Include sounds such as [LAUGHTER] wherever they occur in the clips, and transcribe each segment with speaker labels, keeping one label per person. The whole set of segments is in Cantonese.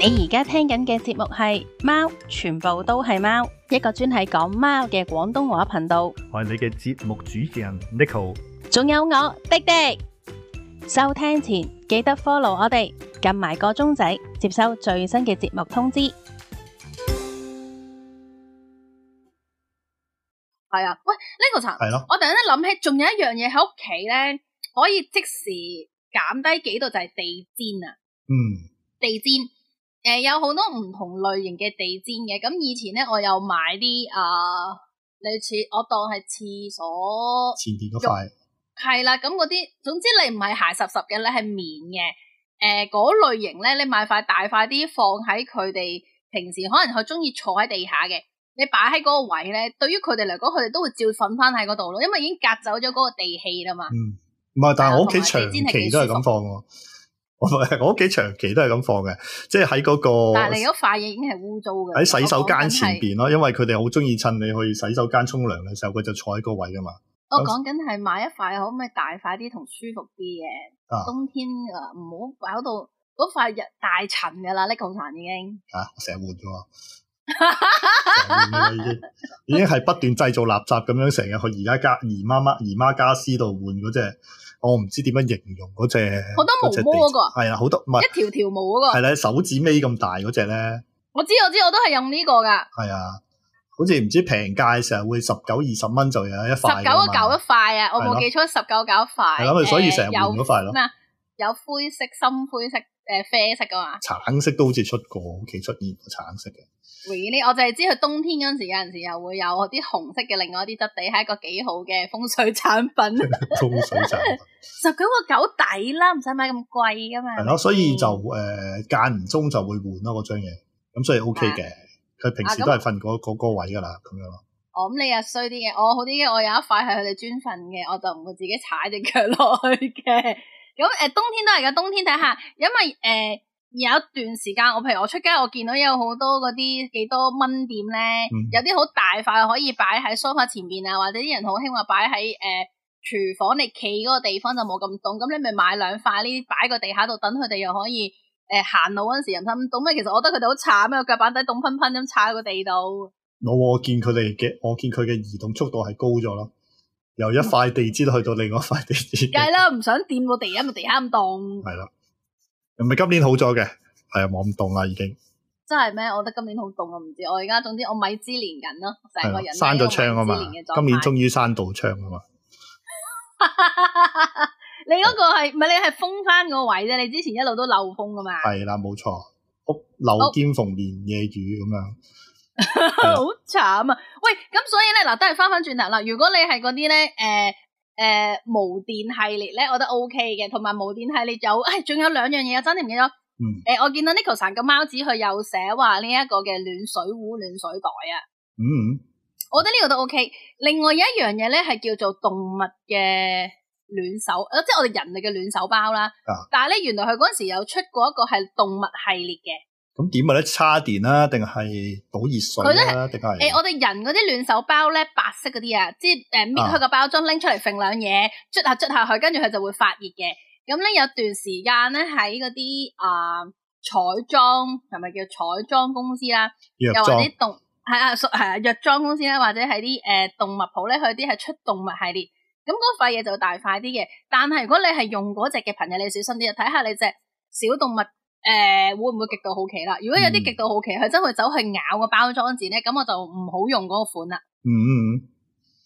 Speaker 1: 你而家聽緊嘅節目係《貓》，全部都係貓，一個專係講貓嘅廣東話頻道。
Speaker 2: 我係你嘅節目主持人 Neko。
Speaker 1: 仲有我滴滴。收聽前記得 follow 我哋，撳埋個鐘仔，接收最新嘅節目通知。
Speaker 3: 係啊，喂，呢個層，
Speaker 2: 係咯，
Speaker 3: 我突然間諗起，仲有一樣嘢喺屋企咧，可以即時減低幾度，就係地氈啊，
Speaker 2: 嗯，
Speaker 3: 地氈。誒、有好多唔同類型嘅地氈嘅，咁以前咧我有買啲啊、類似我當係廁所
Speaker 2: 前邊嗰塊
Speaker 3: 係啦，咁嗰啲，總之你唔係鞋濕濕嘅，你係棉嘅。誒、嗰類型咧，你買塊大塊啲放喺佢哋平時可能佢中意坐喺地下嘅，你擺喺嗰個位咧，對於佢哋嚟講，佢哋都會照瞓翻喺嗰度咯，因為已經隔走咗嗰個地氣啦嘛。
Speaker 2: 嗯，唔係，但係我屋企
Speaker 3: 同埋
Speaker 2: 長
Speaker 3: 地氈係
Speaker 2: 期
Speaker 3: 幾
Speaker 2: 都係咁放喎。 [LAUGHS] 我我屋企長期都係咁放嘅，即係喺嗰個
Speaker 3: 但係你嗰塊嘢已經係污糟嘅。
Speaker 2: 喺洗手間前
Speaker 3: 前邊。
Speaker 2: 邊咯，因為佢哋好中意趁你去洗手間沖涼嘅時候，佢就坐喺個位噶嘛。
Speaker 3: 我講緊係買一塊可唔可以大塊啲同舒服啲嘅？
Speaker 2: 啊
Speaker 3: 冬天啊，唔好搞到嗰塊日大塵㗎啦，呢嚿塵已經。
Speaker 2: 吓、我啊成日
Speaker 3: [LAUGHS]
Speaker 2: 換噶嘛，成日換㗎啦已經已經係不斷製造垃圾咁樣，成日去姨家家姨媽媽姨媽家私度換嗰只，我唔知點樣形容嗰只，
Speaker 3: 好多毛
Speaker 2: 嗰隻地
Speaker 3: 毛嗰個啊
Speaker 2: 係啊，好多唔係
Speaker 3: 一條條毛嗰
Speaker 2: 係
Speaker 3: 個，
Speaker 2: 啦，手指尾咁大嗰只咧，
Speaker 3: 我知我知，我都係用呢個噶，
Speaker 2: 係啊，好似唔知平價嘅時候會十九二十蚊就有一塊
Speaker 3: 十九個九一塊啊，我
Speaker 2: 係咯
Speaker 3: 冇記錯，十九個九一塊。
Speaker 2: 係咯所以
Speaker 3: 誒
Speaker 2: 成日換
Speaker 3: 有
Speaker 2: 嗰塊咯
Speaker 3: 咩啊？有灰色、深灰色、誒、呃啡色噶嘛
Speaker 2: 橙色都好似出過，屋企出現過橙色嘅，
Speaker 3: ？Really，我就係知佢冬天嗰陣時，有陣時又會有啲紅色嘅另外一啲質地，係一個幾好嘅風水產品。
Speaker 2: [LAUGHS] 高水橙
Speaker 3: 十九個九抵啦，唔使買咁貴噶嘛。
Speaker 2: 係咯，所以就
Speaker 3: 哦
Speaker 2: 誒間唔中就會換咯嗰張嘢，咁所以
Speaker 3: 啊
Speaker 2: OK 嘅。佢平時都係瞓嗰嗰個位㗎啦，咁樣咯。
Speaker 3: 我哦咁你又衰啲嘅，我好啲嘅，我有一塊係佢哋專瞓嘅，我就唔會自己踩只腳落去嘅。 [LAUGHS] 咁誒、呃冬天都係㗎，冬天睇下，因為誒、呃有一段時間，我譬如我出街，我見到有好多嗰啲幾多蚊店咧，
Speaker 2: 嗯
Speaker 3: 有啲好大塊可以擺喺梳化前邊啊，或者啲人好興話擺喺誒廚房你企嗰個地方就冇咁凍，咁你咪買兩塊呢啲擺個地下度，等佢哋又可以誒行、路嗰陣時又唔使咁凍。咩？其實我覺得佢哋好慘啊，腳板底凍噴噴咁踩喺個地度。
Speaker 2: 我我見佢哋嘅，我見佢嘅移動速度係高咗咯，由一塊地氈去到另外一塊地氈。
Speaker 3: 梗係啦，唔想掂個地，因為地下咁凍。
Speaker 2: 係啦，唔係今年好咗嘅，係啊，冇咁凍啦，已經
Speaker 3: 真係咩？我覺得今年好凍啊，唔知我而家總之我米芝蓮緊咯，
Speaker 2: 係
Speaker 3: 成
Speaker 2: 啦
Speaker 3: 個人都
Speaker 2: 閂咗窗啊嘛，
Speaker 3: 米芝蓮嘅狀態
Speaker 2: 今年終於閂到窗啊嘛，
Speaker 3: [LAUGHS] 你嗰個係唔係你係封翻個位啫？你之前一路都漏風噶嘛，
Speaker 2: 係啦，冇錯，屋漏兼逢連夜雨咁樣，
Speaker 3: [LAUGHS] 好慘啊！喂，咁所以咧嗱，都係翻翻轉頭啦。如果你係嗰啲咧誒誒無電系列咧，我覺得 O K 嘅，同埋無電系列有誒，仲有兩樣嘢，我真係唔記得咗。
Speaker 2: 嗯
Speaker 3: 誒、我見到 Neko 神嘅貓子佢有寫話呢一個嘅暖水壺、暖水袋啊。
Speaker 2: 嗯，
Speaker 3: 我覺得呢個都 OK。另外有一樣嘢咧係叫做動物嘅暖手，呃即係我哋人類嘅暖手包啦。
Speaker 2: 啊
Speaker 3: 但係咧，原來佢嗰陣時有出過一個係動物系列嘅。
Speaker 2: 咁點啊咧？叉電啦，定係倒熱水啦，定
Speaker 3: 誒、
Speaker 2: 係
Speaker 3: 我哋人嗰啲暖手包咧，白色嗰啲啊，即係誒搣
Speaker 2: 啊
Speaker 3: 開個包裝拎出嚟揈兩嘢，捽下捽下佢，跟住佢就會發熱嘅。咁咧有段時間咧喺嗰啲啊彩妝係咪叫彩妝公司啦？
Speaker 2: 藥
Speaker 3: 又或者
Speaker 2: 妝
Speaker 3: 動係啊，屬係啊藥妝公司咧，或者係啲誒動物鋪咧，佢啲係出動物系列，咁嗰塊嘢就大塊啲嘅。但係如果你係用嗰只嘅朋友，你小心啲，啊睇下你只小動物誒、會唔會極度好奇啦。如果有
Speaker 2: 嗯
Speaker 3: 啲極度好奇，佢真會走去咬個包裝紙咧，咁我就唔好用嗰個款啦。
Speaker 2: 嗯嗯嗯，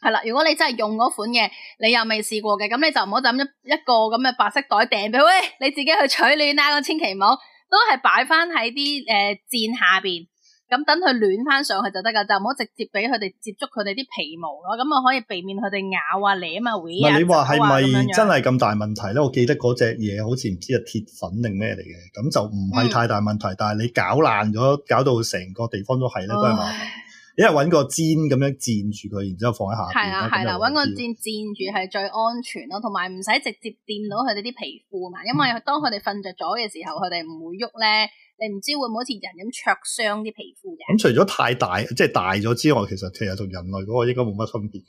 Speaker 3: 係啦，如果你真係用嗰款嘅，你又未試過嘅，咁你就唔好就咁一一個咁嘅白色袋掟俾佢，喂，你自己去取暖啊啦，千祈唔好，都係擺翻喺啲誒墊下邊，咁等佢暖翻上去就得噶，就唔好直接俾佢哋接觸佢哋啲皮毛咯，咁啊可以避免佢哋咬啊、舐啊、
Speaker 2: 唔
Speaker 3: 搲啊、
Speaker 2: 係你話
Speaker 3: 走啊
Speaker 2: 係
Speaker 3: 咁樣
Speaker 2: 咪
Speaker 3: 樣
Speaker 2: 真係咁大問題咧？我記得嗰隻嘢好似唔知係鐵粉定咩嚟嘅，咁就唔
Speaker 3: 嗯
Speaker 2: 係太大問題，但係你搞爛咗，搞到成個地方都係咧，都係麻煩。因為揾個氈咁樣墊住佢，然之後放喺下
Speaker 3: 係
Speaker 2: 邊
Speaker 3: 啦啊
Speaker 2: 啦，
Speaker 3: 係啦，
Speaker 2: 咁就
Speaker 3: 揾個
Speaker 2: 好
Speaker 3: 墊
Speaker 2: 啲
Speaker 3: 墊住係最安全咯，同埋唔使直接掂到佢哋啲皮膚嘛，因
Speaker 2: 嗯
Speaker 3: 為當佢哋瞓着咗嘅時候，佢哋唔會喐咧，你唔知會唔會好似人咁灼傷啲皮膚嘅。
Speaker 2: 咁除咗太大，即係大咗之外，其實其實同人類嗰個應該冇乜分別。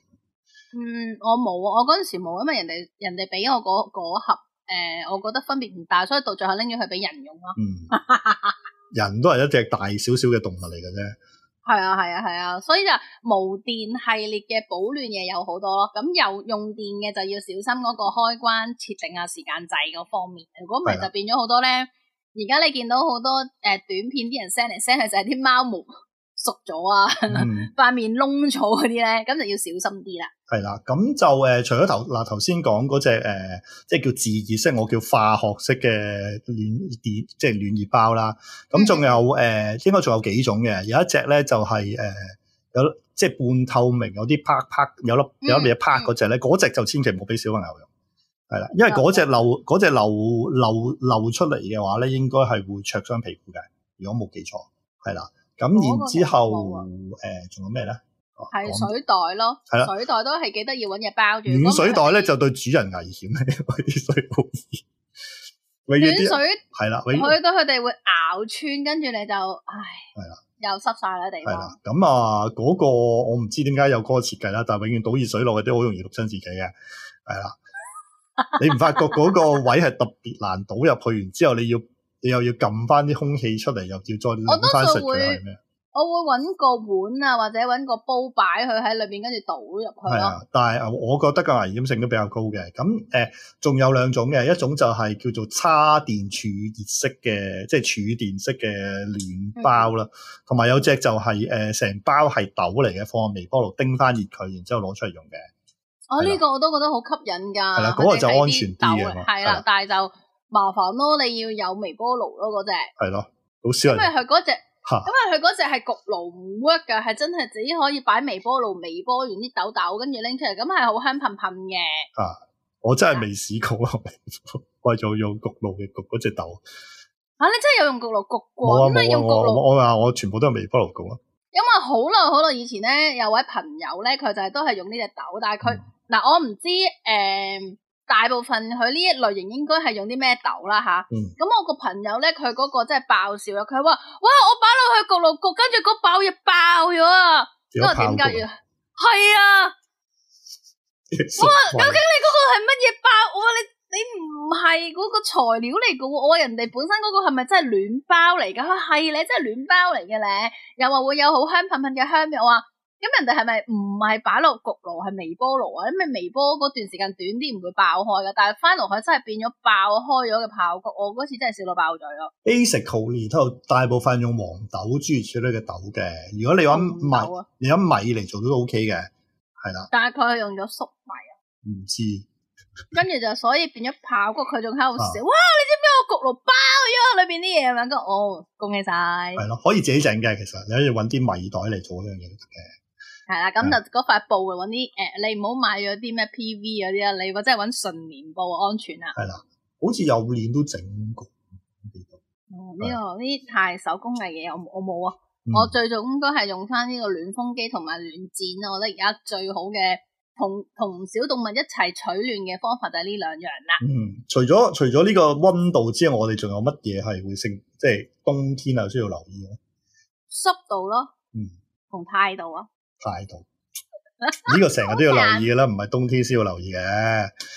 Speaker 3: 嗯，我冇啊，我嗰陣時冇，因為人哋人哋俾我呃 [LAUGHS] 嗰嗰盒，誒、我覺得分別唔大，所以到最後拎咗去俾人用咯。
Speaker 2: 嗯，人都係一隻大少少嘅動物嚟嘅啫。
Speaker 3: 系啊，系啊，系啊，所以就無電系列嘅保暖嘢有好多咯。咁又用電嘅就要小心嗰個開關設定啊、時間制嗰方面。如果唔係
Speaker 2: 係啊
Speaker 3: 就變咗好多咧。而家你見到好多诶、呃短片啲人 send 嚟 send 去就係啲貓毛熟咗啊， [LAUGHS]
Speaker 2: 嗯，
Speaker 3: 塊面窿咗嗰啲咧，咁就要小心啲啦。
Speaker 2: 係啦。咁就誒、除咗頭嗱頭先講嗰隻誒，呃即係叫自熱式，我叫化學式嘅暖電，即係暖熱包啦。
Speaker 3: 嗯
Speaker 2: 咁仲有誒、呃，應該仲有幾種嘅。有一隻咧就係、呃有即係半透明，有啲啪啪，有粒
Speaker 3: 嗯
Speaker 2: 有粒嘢啪嗰只咧，嗰只就千祈唔好俾小朋友用。係啦，因為嗰只漏嗰只漏漏漏出嚟嘅話咧，應該係會灼傷皮膚嘅。如果冇記錯，係啦。咁
Speaker 3: 哦嗰個
Speaker 2: 然之後
Speaker 3: 就冇啊
Speaker 2: 誒，仲有咩咧？哦
Speaker 3: 係
Speaker 2: 講
Speaker 3: 水袋咯，
Speaker 2: 係啦
Speaker 3: 水袋都係記得要揾嘢包住。
Speaker 2: 暖水袋咧就
Speaker 3: 如果
Speaker 2: 對主人危 [LAUGHS] 險咧，啲水好熱，
Speaker 3: 唔係
Speaker 2: 永遠啲啊
Speaker 3: 暖水
Speaker 2: 係啦，永遠
Speaker 3: 去到佢哋會咬穿，跟住你就唉，
Speaker 2: 係啦
Speaker 3: 又濕晒啦地
Speaker 2: 係
Speaker 3: 方。
Speaker 2: 啦。咁啊，嗰個我唔知點解有嗰個設計啦，但係永遠倒熱水落去都好容易淥親自己嘅，係啦。你唔發覺嗰個位係特別難倒入去，完之後你要你又要撳翻啲空氣出嚟，又要再擰翻實佢係咩？
Speaker 3: 我會揾個碗啊，或者揾個煲擺佢喺裏邊，跟住倒入去
Speaker 2: 係
Speaker 3: 咯。
Speaker 2: 啊，但係我覺得個危險性都比較高嘅。咁誒，仲、有兩種嘅，一種就係叫做叉電儲熱式嘅，即係儲電式嘅暖包
Speaker 3: 嗯
Speaker 2: 啦，同埋、有隻就係誒成包係豆嚟嘅，放喺微波爐叮翻熱佢，然之後攞出嚟用嘅。
Speaker 3: 我
Speaker 2: 係啦
Speaker 3: 哦呢個我都覺得好吸引㗎。
Speaker 2: 係啦
Speaker 3: 佢哋
Speaker 2: 嗰個就
Speaker 3: 係
Speaker 2: 安全啲嘅嘛
Speaker 3: 係
Speaker 2: 係
Speaker 3: 啦
Speaker 2: 啦，
Speaker 3: 但係就麻煩咯，你要有微波爐咯嗰只，
Speaker 2: 係咯，好少
Speaker 3: 因為
Speaker 2: 人
Speaker 3: 佢嗰只，因
Speaker 2: [LAUGHS] 嚇。
Speaker 3: 為佢嗰只係焗爐唔 work 㗎，係真係只可以擺微波爐微波完啲豆豆，跟住拎出嚟，咁係好香噴噴嘅。
Speaker 2: 我真
Speaker 3: 啊
Speaker 2: 係未試過， [LAUGHS] 我係做用焗爐嘅焗嗰隻豆。
Speaker 3: 嚇、啊你真係有用焗爐焗
Speaker 2: 冇
Speaker 3: 過？
Speaker 2: 啊
Speaker 3: 點解
Speaker 2: 冇啊，
Speaker 3: 用焗
Speaker 2: 我
Speaker 3: 爐？
Speaker 2: 我我話我全部都係微波爐焗咯。
Speaker 3: 因為好耐好耐以前咧，有位朋友咧，佢就係都係用呢隻豆，但係
Speaker 2: 嗯
Speaker 3: 佢嗱，我唔知诶、誒大部分佢呢一類型應該係用啲咩豆啦吓。
Speaker 2: 嗯
Speaker 3: 咁、我個朋友咧，佢嗰個真係爆笑啊！佢話：哇，我擺落去焗爐焗，跟住嗰爆嘢爆咗啊！
Speaker 2: 有
Speaker 3: 咁我
Speaker 2: 炮
Speaker 3: 點解要？
Speaker 2: 焗啊。
Speaker 3: 係啊！
Speaker 2: [LAUGHS] 哇！究
Speaker 3: 你嗰個係乜嘢爆？我話你你唔係嗰個材料嚟嘅喎，我話人哋本身嗰個係咪真係暖包嚟㗎？佢係咧，真係暖包嚟嘅咧，又話會有好香噴噴嘅香味。我話咁人哋係咪唔係擺落焗爐係微波爐啊？因為微波嗰段時間短啲唔會爆開㗎，但係翻落去真係變咗爆開咗嘅爆谷。我嗰次真係笑到爆嘴咯。
Speaker 2: basically 都有大部分用黃豆諸如此類嘅豆嘅。如果你揾
Speaker 3: 紅
Speaker 2: 米，
Speaker 3: 豆啊，
Speaker 2: 你揾米嚟做都 OK 嘅，係啦，
Speaker 3: 但係佢係用咗粟米。啊
Speaker 2: 唔知
Speaker 3: 跟住就所以變咗爆谷，佢仲喺度
Speaker 2: 啊
Speaker 3: 笑，哇！你知唔知我焗爐包咗裏邊啲嘢咁樣？跟住哦，恭喜晒，係
Speaker 2: 係咯，可以自己整嘅。其實你可以揾啲米袋嚟做嗰樣嘢都得嘅。
Speaker 3: 啦，
Speaker 2: 嗯
Speaker 3: 咁就嗰塊布啊，揾啲誒，你唔好買咗啲咩 PV 嗰啲啊啦，你或者係揾純棉布啊安全啊。
Speaker 2: 好似有年都整過，
Speaker 3: 哦呢、個呢啲太手工藝嘅嘢，我冇我冇啊！
Speaker 2: 嗯
Speaker 3: 我最重應該係用翻呢個暖風機同埋暖氈啦。我覺得而家最好嘅同同小動物一齊取暖嘅方法就係呢兩樣啦。
Speaker 2: 嗯，除咗除咗呢個温度之外，我哋仲有乜嘢係會升？即係冬天啊，需要留意咧？
Speaker 3: 濕度咯，
Speaker 2: 嗯，
Speaker 3: 同態度啊。
Speaker 2: 態度呢個成日都要留意嘅啦，唔係冬天先要留意嘅。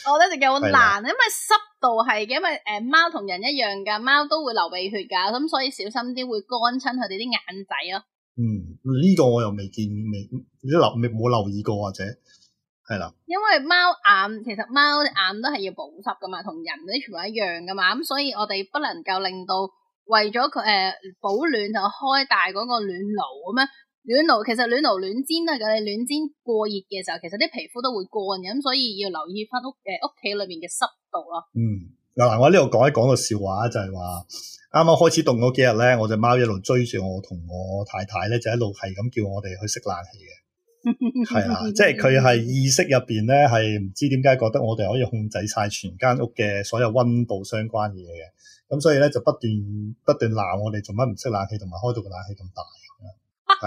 Speaker 3: 我覺得就有
Speaker 2: 係啦
Speaker 3: 難，因為濕度係嘅，因為誒貓同人一樣㗎，貓都會流鼻血㗎，咁所以小心啲會乾親佢哋啲眼仔啊咯。
Speaker 2: 嗯，呢、個我又未見未留冇留意過或者係啦。
Speaker 3: 因為貓眼其實貓眼都係要保濕㗎嘛，同人嗰啲全部一樣㗎嘛，咁所以我哋不能夠令到為咗佢誒保暖就開大嗰個暖爐咁樣。暖爐其實暖爐暖氈都係嘅，暖氈過熱嘅時候，其實啲皮膚都會乾嘅，咁所以要留意翻屋誒屋企裏邊嘅濕度咯。
Speaker 2: 嗯，嗱，我喺呢度講一講個笑話，就係話啱啱開始凍嗰幾日咧，我只貓一路追住我同我太太咧，就一路係咁叫我哋去熄冷氣嘅，係啦，即係佢係意識入邊咧係唔知點解覺得我哋可以控制晒全間屋嘅所有温度相關嘅嘢嘅，咁所以咧就不斷不斷鬧我哋做乜唔熄冷氣，同埋開到個冷氣咁大咁樣，係